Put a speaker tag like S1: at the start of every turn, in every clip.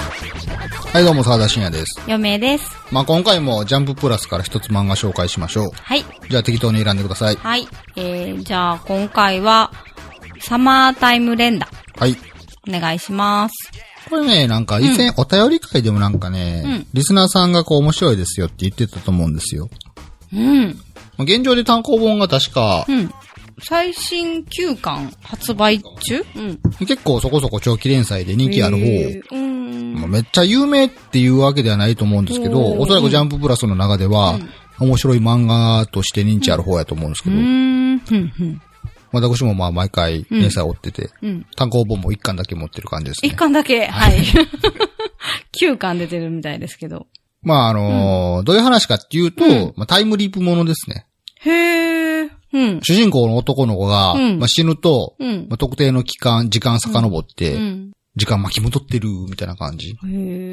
S1: はい、どうも、沢田信也です。
S2: 嫁です。
S1: まあ、今回もジャンププラスから一つ漫画紹介しましょう。
S2: はい。
S1: じゃあ適当に選んでください。
S2: はい。えー、じゃあ今回は、サマータイム連打、
S1: はい。
S2: お願いします。
S1: これね、なんか以前お便り会でもなんかね、
S2: うん
S1: リスナーさんがこう面白いですよって言ってたと思うんですよ。
S2: うん。
S1: まあ現状で単行本が確か
S2: う、ん。最新9巻発売中うん。
S1: 結構そこそこ長期連載で人気ある方。
S2: えーうん。
S1: まあめっちゃ有名っていうわけではないと思うんですけど、
S2: おー
S1: おそらくジャンププラスの中では、面白い漫画として認知ある方やと思うんですけ
S2: う
S1: ど、
S2: ーん。ふんふん。
S1: 私もまあ毎回連載追ってて、
S2: うん。
S1: 単行本も一巻だけ持ってる感じです
S2: 1
S1: ね。
S2: 巻だけ、はい。9巻出てるみたいですけど。
S1: まああのーどういう話かっていうと、まあ、タイムリープものですね。
S2: へー。うん。
S1: 主人公の男の子が、
S2: うん
S1: まあ、死ぬと、
S2: うん
S1: まあ、。特定の期間、時間遡って、
S2: うん。
S1: 時間巻き戻ってる、みたいな感じ。
S2: へ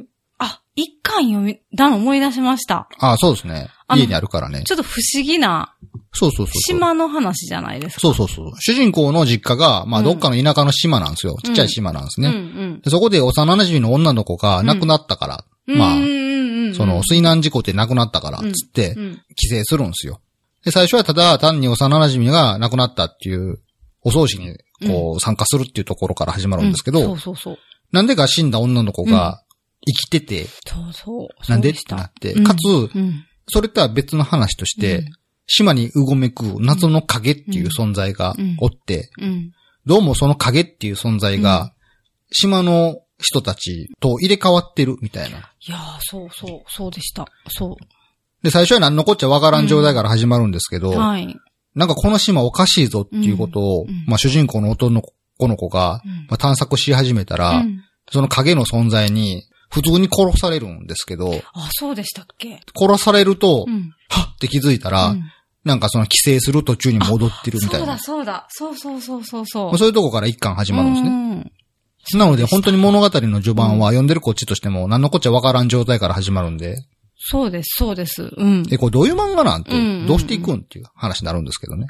S2: ー。あ、1巻読み、だの思い出しました。
S1: ああ、そうですね。
S2: あの
S1: 家にあるからね。
S2: ちょっと不思議な
S1: そうそうそうそう。
S2: 島の話じゃないですか。
S1: そうそうそう。主人公の実家が、まあ、
S2: うん
S1: どっかの田舎の島なんですよ。ちっちゃい島なんですね。
S2: うんうん。
S1: でそこで幼馴染の女の子が亡くなったから、まあ
S2: うんうんうん、
S1: その、水難事故で亡くなったから、つって
S2: う、ん、
S1: 帰省するんですよ。で、最初はただ単に幼馴染が亡くなったっていう、お葬式にこう参加するっていうところから始まるんですけど、
S2: うんそうそうそう。
S1: なんでか死んだ女の子が生きてて、
S2: そうそう。
S1: なんで
S2: そう
S1: っ
S2: してた
S1: なって、
S2: うん
S1: かつ、
S2: うん。
S1: それとは別の話として、
S2: うん
S1: 島にうごめく謎の影っていう存在がおって、
S2: うん。
S1: どうもその影っていう存在が、島の人たちと入れ替わってるみたいな。
S2: いやー、そうそう、そうでした。そ
S1: で、最初は何のこっちゃわからん状態から始まるんですけど、
S2: う。はい。
S1: なんかこの島おかしいぞっていうことを、
S2: うんうん
S1: まあ主人公の男の子が、
S2: うん
S1: まあ、探索し始めたら、
S2: うん
S1: その影の存在に普通に殺されるんですけど、
S2: あ、そうでしたっけ
S1: 殺されると、
S2: うん。
S1: はっって気づいたら、
S2: うん
S1: なんかその帰省する途中に戻ってるみた
S2: そ
S1: いうな
S2: だ、。そうだ。そうそうそうそうそ
S1: まあ
S2: う。
S1: そういうとこから一巻始まるんですね。
S2: ね。
S1: なので本当に物語の序盤は読んでるこっちとしても何のこっちゃわからん状態から始まるんで、
S2: そうです、そうです。うん。
S1: え、これどういう漫画なんて
S2: うんうんう、ん
S1: どうしていくんっていう話になるんですけどね。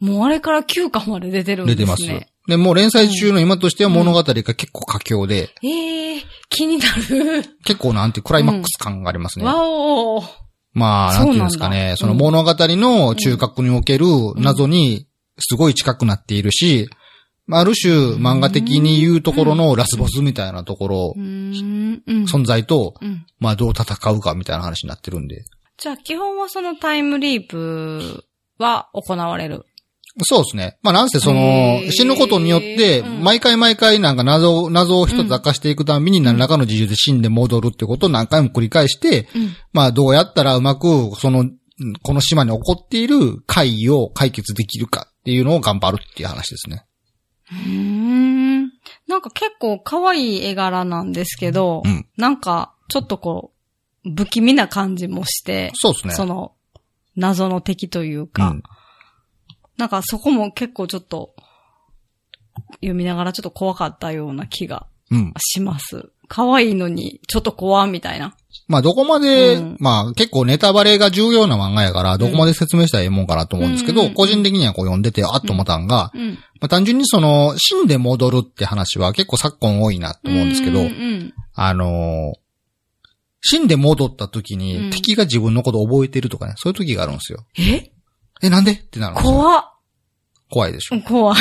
S2: もうあれから9巻まで出てるんです
S1: 出
S2: ね。
S1: てます。で、もう連載中の今としては物語が結構佳境で、
S2: ええー、気になる。
S1: 結構なんてクライマックス感がありますね。
S2: わおー。
S1: まあ、なんていうんですかね。そ
S2: そう
S1: の
S2: なんだ
S1: 物語の中核における謎にすごい近くなっているし、まあある種漫画的に言うところのラスボスみたいなところ
S2: う、ーん。うん。
S1: 存在と、
S2: うん。
S1: まあどう戦うかみたいな話になってるんで。
S2: じゃあ基本はそのタイムリープは行われる。
S1: そうですね。まあなんせその
S2: へ、ー
S1: 死ぬことによって、
S2: うん
S1: 毎回毎回なんか謎を、謎を一つ明かしていくために何らかの事情で死んで戻るってことを何回も繰り返して、
S2: うん。
S1: まあどうやったらうまく、その、うんこの島に起こっている怪異を解決できるかっていうのを頑張るっていう話ですね。
S2: ん。なんか結構可愛い絵柄なんですけど、
S1: うん
S2: なんかちょっとこう、不気味な感じもして、
S1: そうですね。
S2: その、謎の敵という
S1: う
S2: か、
S1: ん
S2: なんかそこも結構ちょっと、読みながらちょっと怖かったような気が
S1: うん。
S2: します。可愛いのに、ちょっと怖みたいな。
S1: まあどこまで、
S2: うん
S1: まあ結構ネタバレが重要な漫画やから、どこまで説明したらええもんかなと思うんですけど、
S2: うん
S1: 個人的にはこう読んでて、あっと思ったんが、
S2: うん。
S1: まあ、単純にその、死んで戻るって話は結構昨今多いなと思うんですけど、
S2: うんうん
S1: あのー死んで戻った時
S2: うん
S1: に敵が自分のことを覚えてるとかね、そういう時があるんですよ。
S2: え
S1: え、なんでってなるんですよ。
S2: 怖っ
S1: 怖いでしょ。
S2: 怖い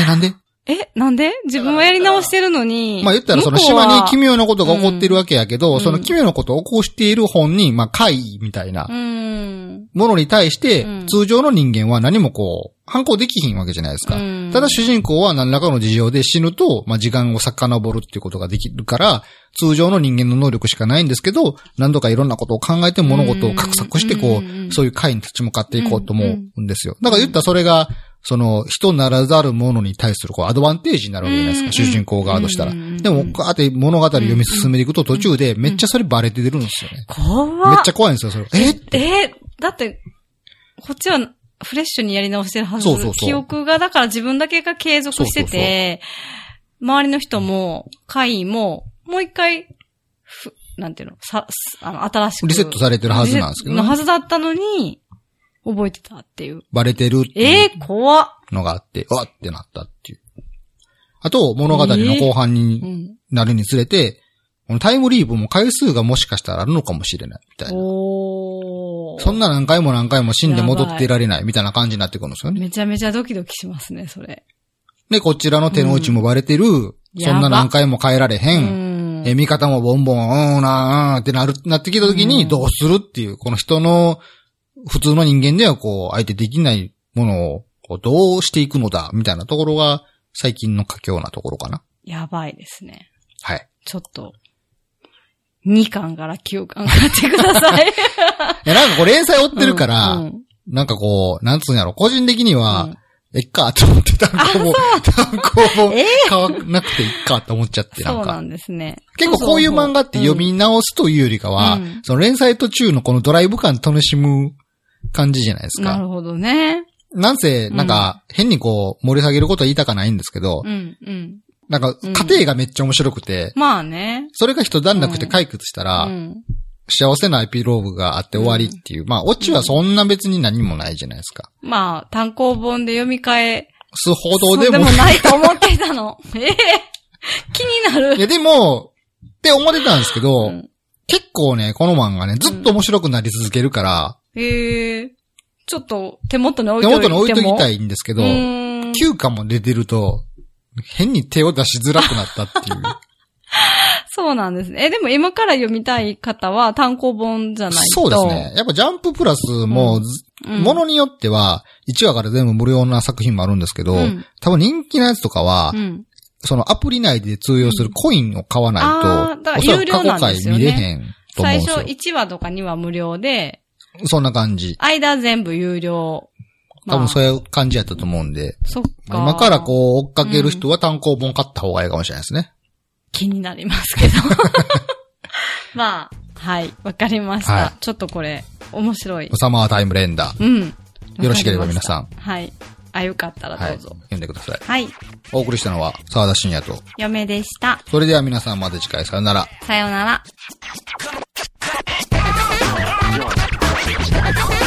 S1: え、なんで
S2: え、なんで自分はやり直してるのに。
S1: まあ言ったらその
S2: 向こうは
S1: 島に奇妙なことが起こってるわけやけど、
S2: うん
S1: その奇妙なことを起こしている本に、まあ怪異みたいな
S2: うん。
S1: ものに対して
S2: うん、
S1: 通常の人間は何もこう、反抗できひんわけじゃないですか。
S2: うん
S1: ただ主人公は何らかの事情で死ぬと、まあ、時間を遡るっていうことができるから、通常の人間の能力しかないんですけど、何度かいろんなことを考えて物事を画策して、こ
S2: うんうん
S1: う、そういう会に立ち向かっていこうと思うんですよ。だから言ったらそれが、その、人ならざる者に対するこうアドバンテージになるわけじゃないです
S2: う
S1: か、
S2: ん
S1: 主人公側としたら。
S2: うん
S1: でも、あって物語を読み進めていくと途中でめっちゃそれバレて出るんですよね。
S2: 怖
S1: めっちゃ怖いんですよ、それ。えって
S2: えだって、こっちはフレッシュにやり直してるはず。
S1: そうそうそう
S2: 記憶が、だから自分だけが継続してて、周りの人も、会員も、もう一回、ふ、なんていうの、さ、すあの、新しく。
S1: リセットされてるはずなんですけどね
S2: リセットのはずだったのに、覚えてたっていう。
S1: バレてるっていう
S2: えー、怖っ。
S1: のがあって、わってなったっていう。あと、物語の後半
S2: う
S1: に
S2: ん。
S1: なるにつれて、このタイムリープも回数がもしかしたらあるのかもしれない、みたいな。
S2: おー
S1: そんな何回も何回も死んで戻っていられない、みたいな感じになってくるんですよね。
S2: めちゃめちゃドキドキしますね、それ。
S1: で、こちらの手の内もバレてる、そんな何回も変えられへ、
S2: うんん。
S1: え、味方もボンボン、うーん、なーんってなる、なってきた時
S2: う
S1: に
S2: ん
S1: どうするっていう、この人の、普通の人間ではこう、相手できないものを、こう、どうしていくのだ、みたいなところが、最近の佳境なところかな。
S2: やばいですね。
S1: はい。
S2: ちょっと、2巻から9巻買ってくだ さい。
S1: いや、なんかこう、連載追ってるから、
S2: うんうん
S1: なんかこう、なんつうんやろ、個人的には、
S2: うん
S1: えっか、と思って単行 も、単行も
S2: えー、
S1: 買わなくていっか、と思っちゃって、な
S2: そ
S1: ん
S2: う
S1: か
S2: な。んですね。
S1: 結構こういう漫画って読み直すというよりかは、
S2: うん
S1: その連載途中のこのドライブ感楽しむ感じじゃないです
S2: な
S1: か。
S2: るほどね。
S1: なんせ、なんか、変にこう、盛り下げることは言いたかないんですけど、
S2: うん、うん。
S1: なんか、
S2: うん
S1: 家庭がめっちゃ面白くて、
S2: まあね。
S1: それが一段落で解決したら、
S2: うん。
S1: 幸せなエピローグがあって終わりっていう、まあ、オチはそんな別に何もないじゃないですか。
S2: まあ、単行本で読み替え、
S1: すほどで
S2: そうで
S1: も
S2: もないと思ってたの。 ええ気にないる。
S1: や、でも、って思ってたんですけど、
S2: うん
S1: 結構ね、この漫画ね、ずっと面白くなり続けるから、
S2: ええちょっと手元に置い
S1: 手
S2: て
S1: 元
S2: おいて
S1: に
S2: も。
S1: 置いときた
S2: い
S1: いんですけ
S2: け
S1: ど、
S2: うん。
S1: 休暇も出てると、変に手を出しづらくなったって いう。
S2: そうなんですね。え、でも今から読みたい方は単行本じゃない
S1: そ
S2: と。
S1: うですね。。やっぱジャンププラスも、ず
S2: うん、
S1: ものによっては、1話から全部無料な作品もあるんですけど、
S2: うん
S1: 多分人気なやつとかは、
S2: うん。
S1: そのアプリ内で通用するコインを買わ
S2: あ
S1: ない
S2: ー
S1: と、
S2: だから
S1: おそらく
S2: 有
S1: 過去
S2: 料なんで
S1: 回
S2: すよ
S1: 見
S2: ね
S1: れへんと思うん
S2: 最
S1: です
S2: 初
S1: よ。
S2: 1話とか2話無料で、
S1: そんな感じ。
S2: 間全部有料。まあ
S1: 多分そういう感じやったと思うんで。
S2: そっ
S1: ま
S2: か。
S1: あ今からこう追っかける人は単行本買った方がいいかもしれないですね。
S2: 気になりま すけど。まあ、はい、わかりました、
S1: は
S2: ちょっとこれ、面白い
S1: お。サマータイムレンダー。
S2: うん。よ
S1: よろしければ皆さん。
S2: はい。あ、よかったら
S1: は
S2: ど
S1: い。
S2: うぞ。
S1: 読んでください。
S2: はい、
S1: お送りしたのは沢田信也と。
S2: 嫁でした。
S1: それでは皆さんまた次回さよなら。
S2: さようなら。
S3: Yo,